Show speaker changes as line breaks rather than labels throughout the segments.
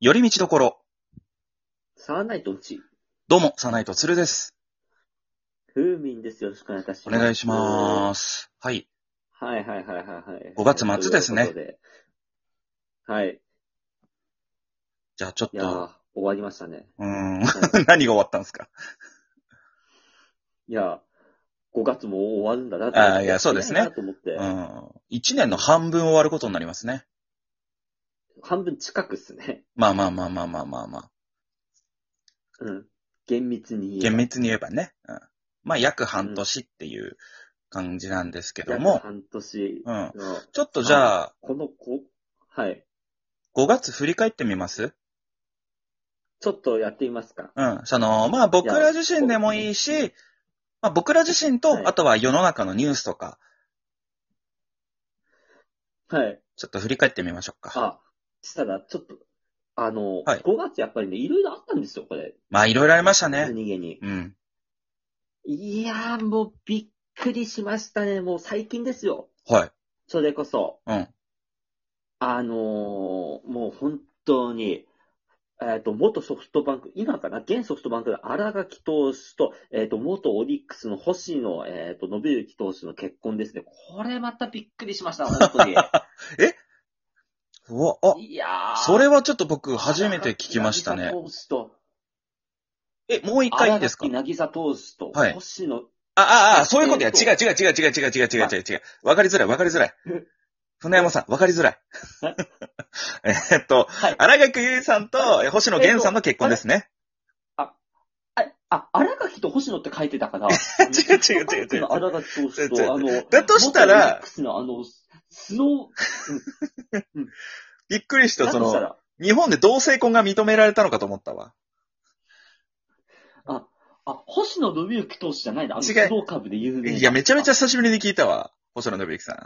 寄り道どころ。
サーナイト落ち。
どうも、サナイトツルです。
風民です。よろしくお願いいたし
お
ます。
願いします。はい。
す。はいはいはいはいはい。
5月末ですね
ということで。はい。い
じゃあちょっ
やー、
と、
終わりましたね。
うーん。
は
何が終わったんですか
いやー、5月も終わるんだなって
あーいやそうですね
早いなと思って
う、ん。一年の半分終わることになりますね。
半分近くっすね。
まあまあまあまあまあまあまあ。
うん。厳密に言えば。
厳密に言えばね。うん、まあ約半年っていう感じなんですけど
約
も。
半年
うん。
の、
ちょっとじゃあ、
この子、はい。
5月振り返ってみます
ちょっとやってみますか。
うん。その、まあ僕ら自身でもいい
いやそう
し、まあ僕ら自身
はい
と、あとは世の中のニュースとか、
はい。
ちょっと振り返ってみましょうか。
あ、したら、ちょっと、あの、
はい
5月やっぱりね、いろいろあったんですよ、これ。
まあいろいろありましたね。
何気に。
うん。
いやー、もうびっくりしましたね。もう最近ですよ。
はい。
それこそ。
うん。
あのーもう本当に、えっ、と、元ソフトバンク、今かな現ソフトバンクの荒垣投手と、えっ、と、元オリックスの星野、えっ、と、信之投手の結婚ですね。これまたびっくりしました、 本
うわ、
当
あ、
に。いやー。
それはちょっと僕初めて聞きました
荒
ね。
垣投手と、
え、もう一回いいですか
荒垣渚投手と、
はい
星野、
あ、あ、あ、そういうことや。
えっと
違う違う違う違う違う違う違う違う違う。わかりづらいわかりづらい。船山さん、わかりづらい。えっと、
はい。
荒垣結衣さんとえ星野源さんの結婚ですね。
あ、あ、荒垣と星野って書いてたから。
違う違う違う違う
ソフトバンクの荒垣投手
違う違う
と、あの、
だとしたら
元オリックスのあの、スノー、
びっくりした、
だ
そ
とした
の、
ら、
日本で同性婚が認められたのかと思ったわ。
あ、あ、星野信之投手じゃないな。あの、
違
ス
う
ノーカーブで有名な。
いや、めちゃめちゃ
ゃ、
久しぶりに聞いたわ。星野信之さん。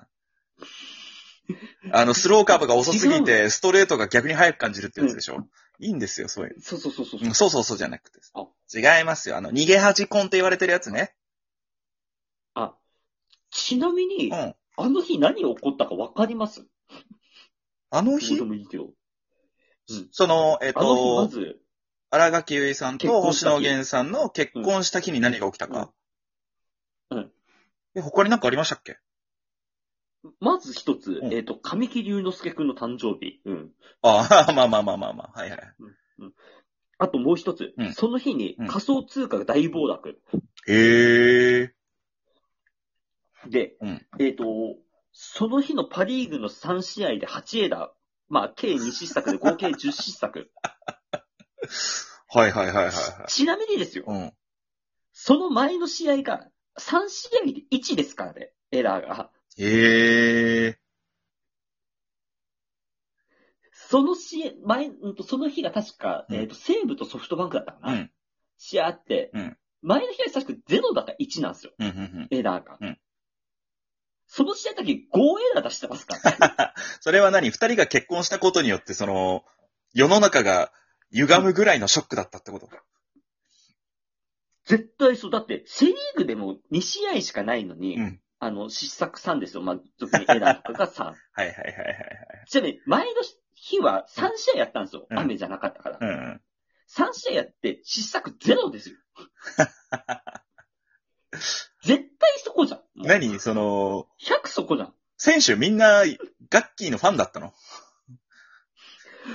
あの、スローカーブが遅すぎて、ストレートが逆に速く感じるってやつでしょ。いいんですよ、そういうの
そうそうそうそう。
うんそうそうそうじゃなくて
あ。
違いますよ。あの、逃げ恥婚って言われてるやつね。
あ、ちなみに、
うん。
あの日何が起こったかわかります
あの
星
日
野、信之の。うん
その、えっ、
あの日、ま
と、
ず、
荒垣結衣さん
結
と
婚
星
した日
野源さんの結婚した日に何が起きたか。
うんうん
え、他になんかありましたっけ
まず一つ、
うん
えっ、と、神木隆之介くんの誕生日。うん。
ああ、 まあまあまあまあまあ。はいはい。
あともう一つ、
うん
その日に
うん
仮想通貨が大暴落。
へえ。
で、
うん
えっ、と、その日のパリーグの3試合で8エラー、まあ、計2失策で合計10失 策。
はいはいはいはいは
ちなみにですよ、
い。うん。
その前の試合が3試合で1ですからね、エラーが。
へえ。
その試合、前、うんとその日が確か、
うん
えっ、と、西武とソフトバンクだったか
う
な、
ん。
試合あって、
うん
前の日は確か0だった1なんですよ、
うんうんうん。
エラーが。
うん
その試合だけ5エラー出してますからね。
それは何二人が結婚したことによって、その、世の中が歪むぐらいのショックだったってこと
絶対そう。だって、セリーグでも2試合しかないのに、
うん
あの、失策3ですよ。まあ、特にエラーとかが 3。
はいはいはいはい。
ちなみに、前の日は3試合やったんですよ。
うん
雨じゃなかったから。
うんうん。
3試合やって、失策ゼロ ですよ。絶対そこじゃん。もう
何その、
100そこじゃん。
選手みんな、ガッキーのファンだったの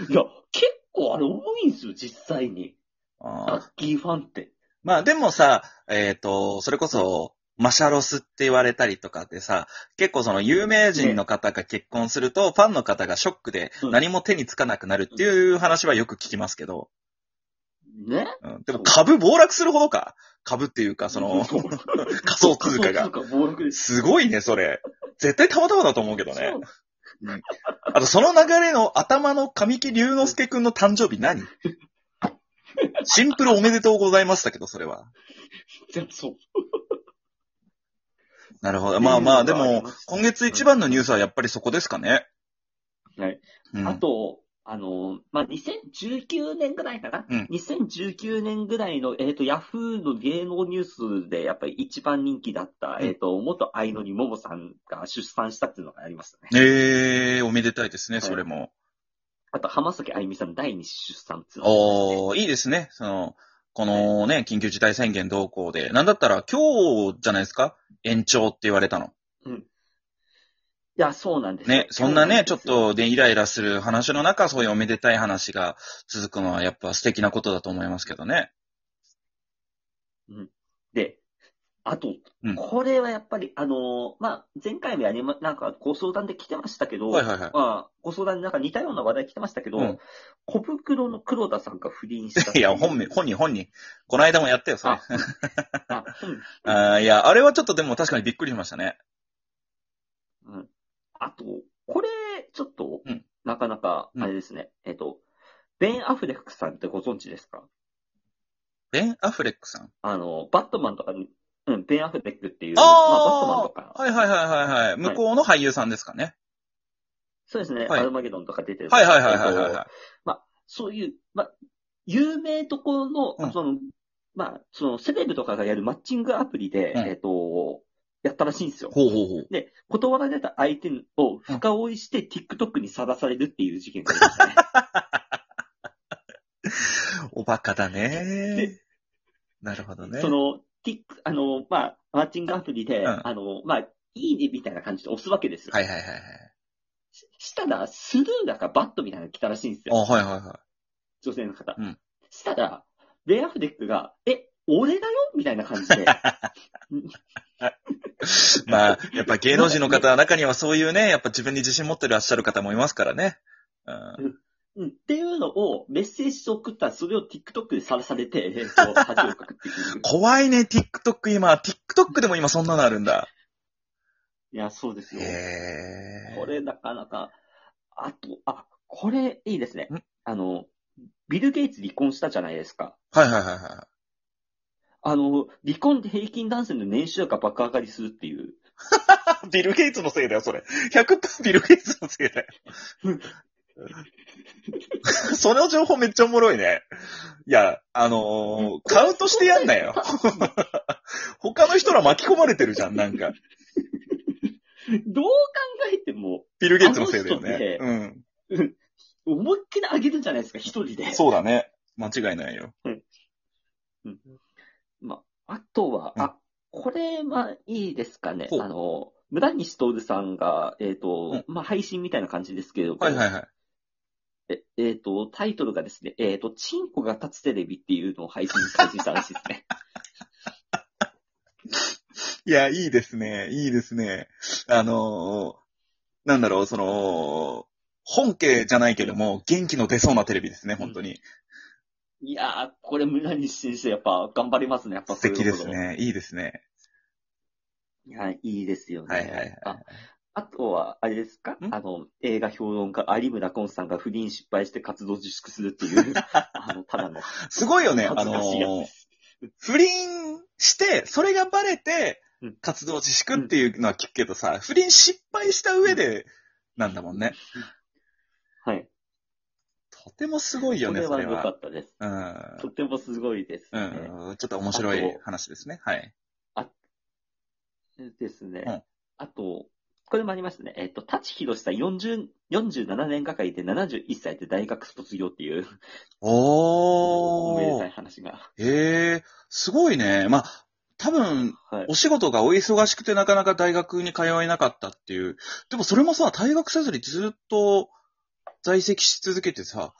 いや、結構あれ多いんですよ、実際に。ラ
あ
ッキーファンって。
まあでもさ、えっ、と、それこそ、マシャロスって言われたりとかでさ、結構その有名人の方が結婚すると、ファンの方がショックで
うん
何も手につかなくなるっていう話はよく聞きますけど、
ね
うん、でも株暴落するほどか。株っていうか、その、
そう
仮想通貨が
仮想。通貨暴落です。
すごいね、それ。絶対たまたまだと思うけどね
そう。
あと、その流れの頭の神木隆之介くんの誕生日何シンプルおめでとうございましたけど、それは。
全部そう。
なるほど。まあまあ、
って
で
いうのがあり
も
まし、た
今月一番のニュースはやっぱりそこですかね。
はい。
うん、
あと、あの、まあ、2019年ぐらいかな、
う
うんん、?2019 年ぐらいの、えっ、と、ヤフーの芸能ニュースで、やっぱり一番人気だった、
うん
えっ、と、元愛のにももさんが出産したっていうのがありましたね。
ええおめでたいですね、それも。
あと、浜崎あゆみさん第二子出産っつうのも
おー、いいですね。その、このね、緊急事態宣言同行で。なんだったら今日じゃないですか延長って言われたの。
いや、そうなんですよ
ね、そんなね、ちょ
そ
っ
うなんですよ
とでイライラする話の中、そういうおめでたい話が続くのはやっぱ素敵なことだと思いますけどね。
で、あと
うん、
これはやっぱり、あのーまあ、前回もやりま、なんかご相談で来てましたけど、
はいはいはい。
まあ、ご相談でなんか似たような話題来てましたけど、
うん
小袋の黒田さんが不倫した。
いや、 本名、本人、本人。この間もやったよ、それ
あ。あうん
あーいや、あれはちょっとでも確かにびっくりしましたね。
うんあと、これ、ちょっと、
うん
なかなか、
うん
あれですね、えっと、ベン・アフレックさんってご存知ですか
ベン・アフレックさん。
あの、バットマンとかに、うん、ベン・アフレックっていう、
あ
まあ、バットマン
あ
とか、
はいはいはいはいはい。向こうの俳優さんですかね。
そうですね、
はい
アルマゲドンとか出てる。
はいはいはいはいはい
えっと
はい。
まあ、そういう、まあ、有名ところ
う
の、
ん
その、まあ、その、セレブとかがやるマッチングアプリで、
うん
えっと、やったらしいんですよ。
ほうほうほう。
で、断られた相手を深追いして TikTok にさらされるっていう事件がありましたね。
おバカだね
で。
なるほどね。
その、ティック、あの、まあ、マッチングアプリで、
うん
あの、まあ、いいねみたいな感じで押すわけですよ。
はいはいはいはい。
ししたら、スルーだかバットみたいなの来たらしいんです
あ、
よ。
はいはいは
女性の方。
うん
したら、ベンアフレックが、え、俺だよみたいな 感じで。
い。まあ、やっぱ芸能人の方、中にはそういうね、やっぱ自分に自信持ってらっしゃる方もいますからね。うん
うんっていうのをメッセージで送ったら、それを TikTok でさらされて、えっと、恥をかくっ ていう。
怖いね、TikTok 今。TikTok でも今そんなのあるんだ。
いや、そうですよ。
へー
これなかなか、あと、あ、これいいですね
ん。
あの、ビル・ゲイツ離婚したじゃないですか。
はいはいはいは
あの、離婚で平均男性の年収が爆上がりするっていう。
い。 ビル・ゲイツのせいだよ、それ。100%ビル・ゲイツのせいだよ。 その情報めっちゃおもろいね。いや、あのーカウントしてやんなよ。 他の人ら巻き込まれてるじゃん、なんか。
どう考えても、
ビル・ゲイツのせいだよ
あの人
ね
ね。
うん。
思いっきり上げるじゃないですか、一人で。
そうだね。間違いないよ。
まあ、あとは、
うん
あ、これはいいですかね。
ほう
あの、村西徹さんが、えっ、と、まあ、配信みたいな感じですけれども、
はいはいはい。
ええーと、タイトルがですね、えっ、と、チンコが立つテレビっていうのを配信、配信したらしいで すね。
いや、いいですね。いいですね。あのーなんだろう、その、本家じゃないけども、元気の出そうなテレビですね、本当に。
いやー、これ村西先生やっぱ頑張りますね、やっぱ
素敵です
そういうとこ
ね。いいですね。
ろ。いや、いいですよね。
はいはいはい
ああとは、あれですか
ん
あの、映画評論家、有村昆さんが不倫失敗して活動自粛するっ ていう、あの、ただの、
すごいよね、あ
恥ず
の
かしいやつ
ー
です。
不倫して、それがバレて
うん、
活動自粛っていうのは聞くけどさ、不倫失敗した上で、なんだもんね。
はい。
とてもすごいよね、
こ
そ
れ
れ
は良か
は。
ったです。
うん。
とてもすごいです
う
ね。
ん、ちょっと面白い話ですね。はい。
ですね。
うん
あと、これもありましたね。えっ、と、舘ひろしさん40 47年がかりで71歳で大学卒業っていう、
お
お
ー。
めでたい話が。
ええすごいね。まあ、多分、
はい。
お仕事がお忙しくてなかなか大学に通えなかったっていう。でもそれもさ、退学せずにずっと在籍し続けてさ、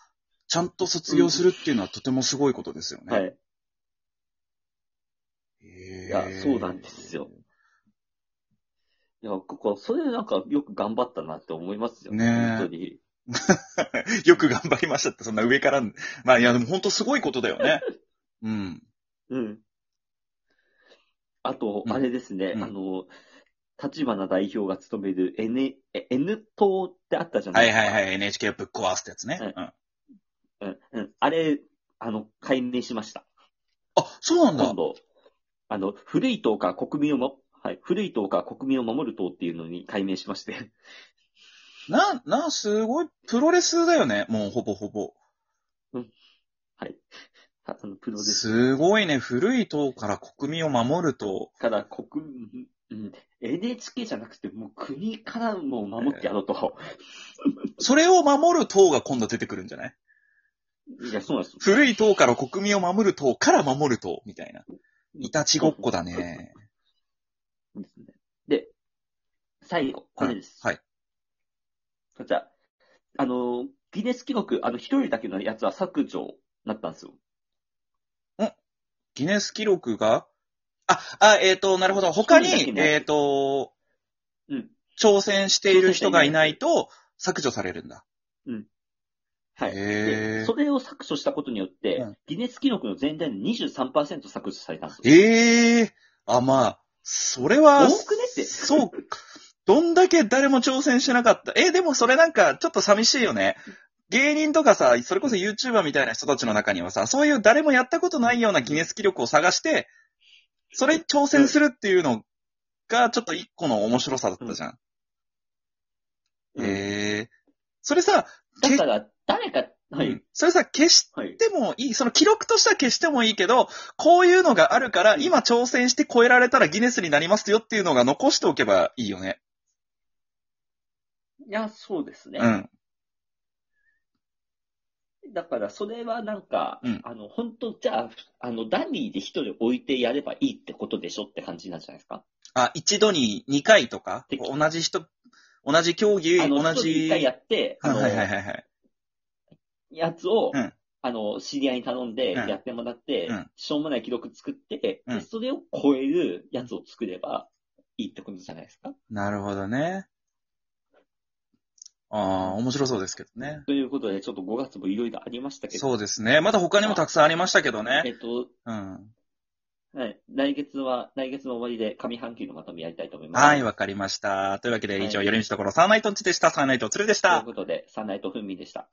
ちゃんと卒業するっていうのはとてもすごいことですよね。
はい。
ええ
いやそうなんですよ。いや、ここ、それなんかよく頑張ったなって思いますよ。
ねえ
本当に。
よく頑張りましたって、そんな上から。まあ、いや、でも本当すごいことだよ ね。うん。
うん。あと、
うん
あれですね、
うん
あの、立花代表が務める N、え N 党ってあったじゃな
はいい
ですか。
はいはい、NHK をぶっ壊すってやつね。
はい
うん。
うん、うん。あれ、あの、解明しました。
あ、そうなんだ
今。度、あの、古い党か国民をも、はい、古い党か国民を守る党っていうのに改名しまして。
な、な、すごい、プロレスだよね。もうほぼほぼ。
ああの、プロレス
すごいね。古い党から国民を守ると、
から国民、うん、NHK じゃなくて、もう国からも守ってやろうと。
それを守る党が今度出てくるんじゃない
いや、そうなんです。
古い党から国民を守る党から守る党みたいな。いたちごっこだね。
ですね。で、最後、これです。
はいはい
こちら。あの、ギネス記録、あの、一人だけのやつは削除になったんですよ。
ギネス記録が、あ、あ、えっ、と、なるほど。他に
一人だけ、ね
えっ、と、
うん
挑戦している人がいないと削除されるんだ。
は
へ
い。
ー
でそれを削除したことによって、
うん
ギネス記録の全体の23%削除されたんですよ。
ええあ、まあ、それは、
多くねって
そうか。どんだけ誰も挑戦してなかった。え、でもそれなんかちょっと寂しいよね。芸人とかさ、それこそ YouTuber みたいな人たちの中にはさ、そういう誰もやったことないようなギネス記録を探して、それ挑戦するっていうのがちょっと一個の面白さだったじゃん。
うん
ええそれさ、
だから、誰か、はい、
うんそれさ、決し
はい。
でもいい、その記録としては消してもいいけど、こういうのがあるから、今挑戦して超えられたらギネスになりますよっていうのが残しておけばいいよね。
いや、そうですね。
うん。
だから、それはなんか、
うん
あの、本当じゃあ、あの、ダミーで一人置いてやればいいってことでしょって感じになるじゃないですか。
あ、一度に2回とか、
でき
同じ人、同じ競技、
あの、
同
一人一
じ、
回やって、あの
はいはいはいはい。
やつを、
うん
あの、知り合いに頼んで、
うん
やってもらって、
うん
しょうもない記録作って、
うん
でそれを超えるやつを作ればいいってことじゃないですか。
なるほどね。ああ、面白そうですけどね。
ということで、ちょっと5月もいろいろありましたけど、
そうですね。まだ他にもたくさんありましたけど
え
ね。
っと、
うん。
はい、来月は、来月の終わりで上半期のまとめやりたいと思います。
はい、わかりました。というわけで、以上、
はい
寄り道ところ、サーナイトンチでした。サーナイトツルでし
とい
た
う。ことで、サナイトフンミンでした。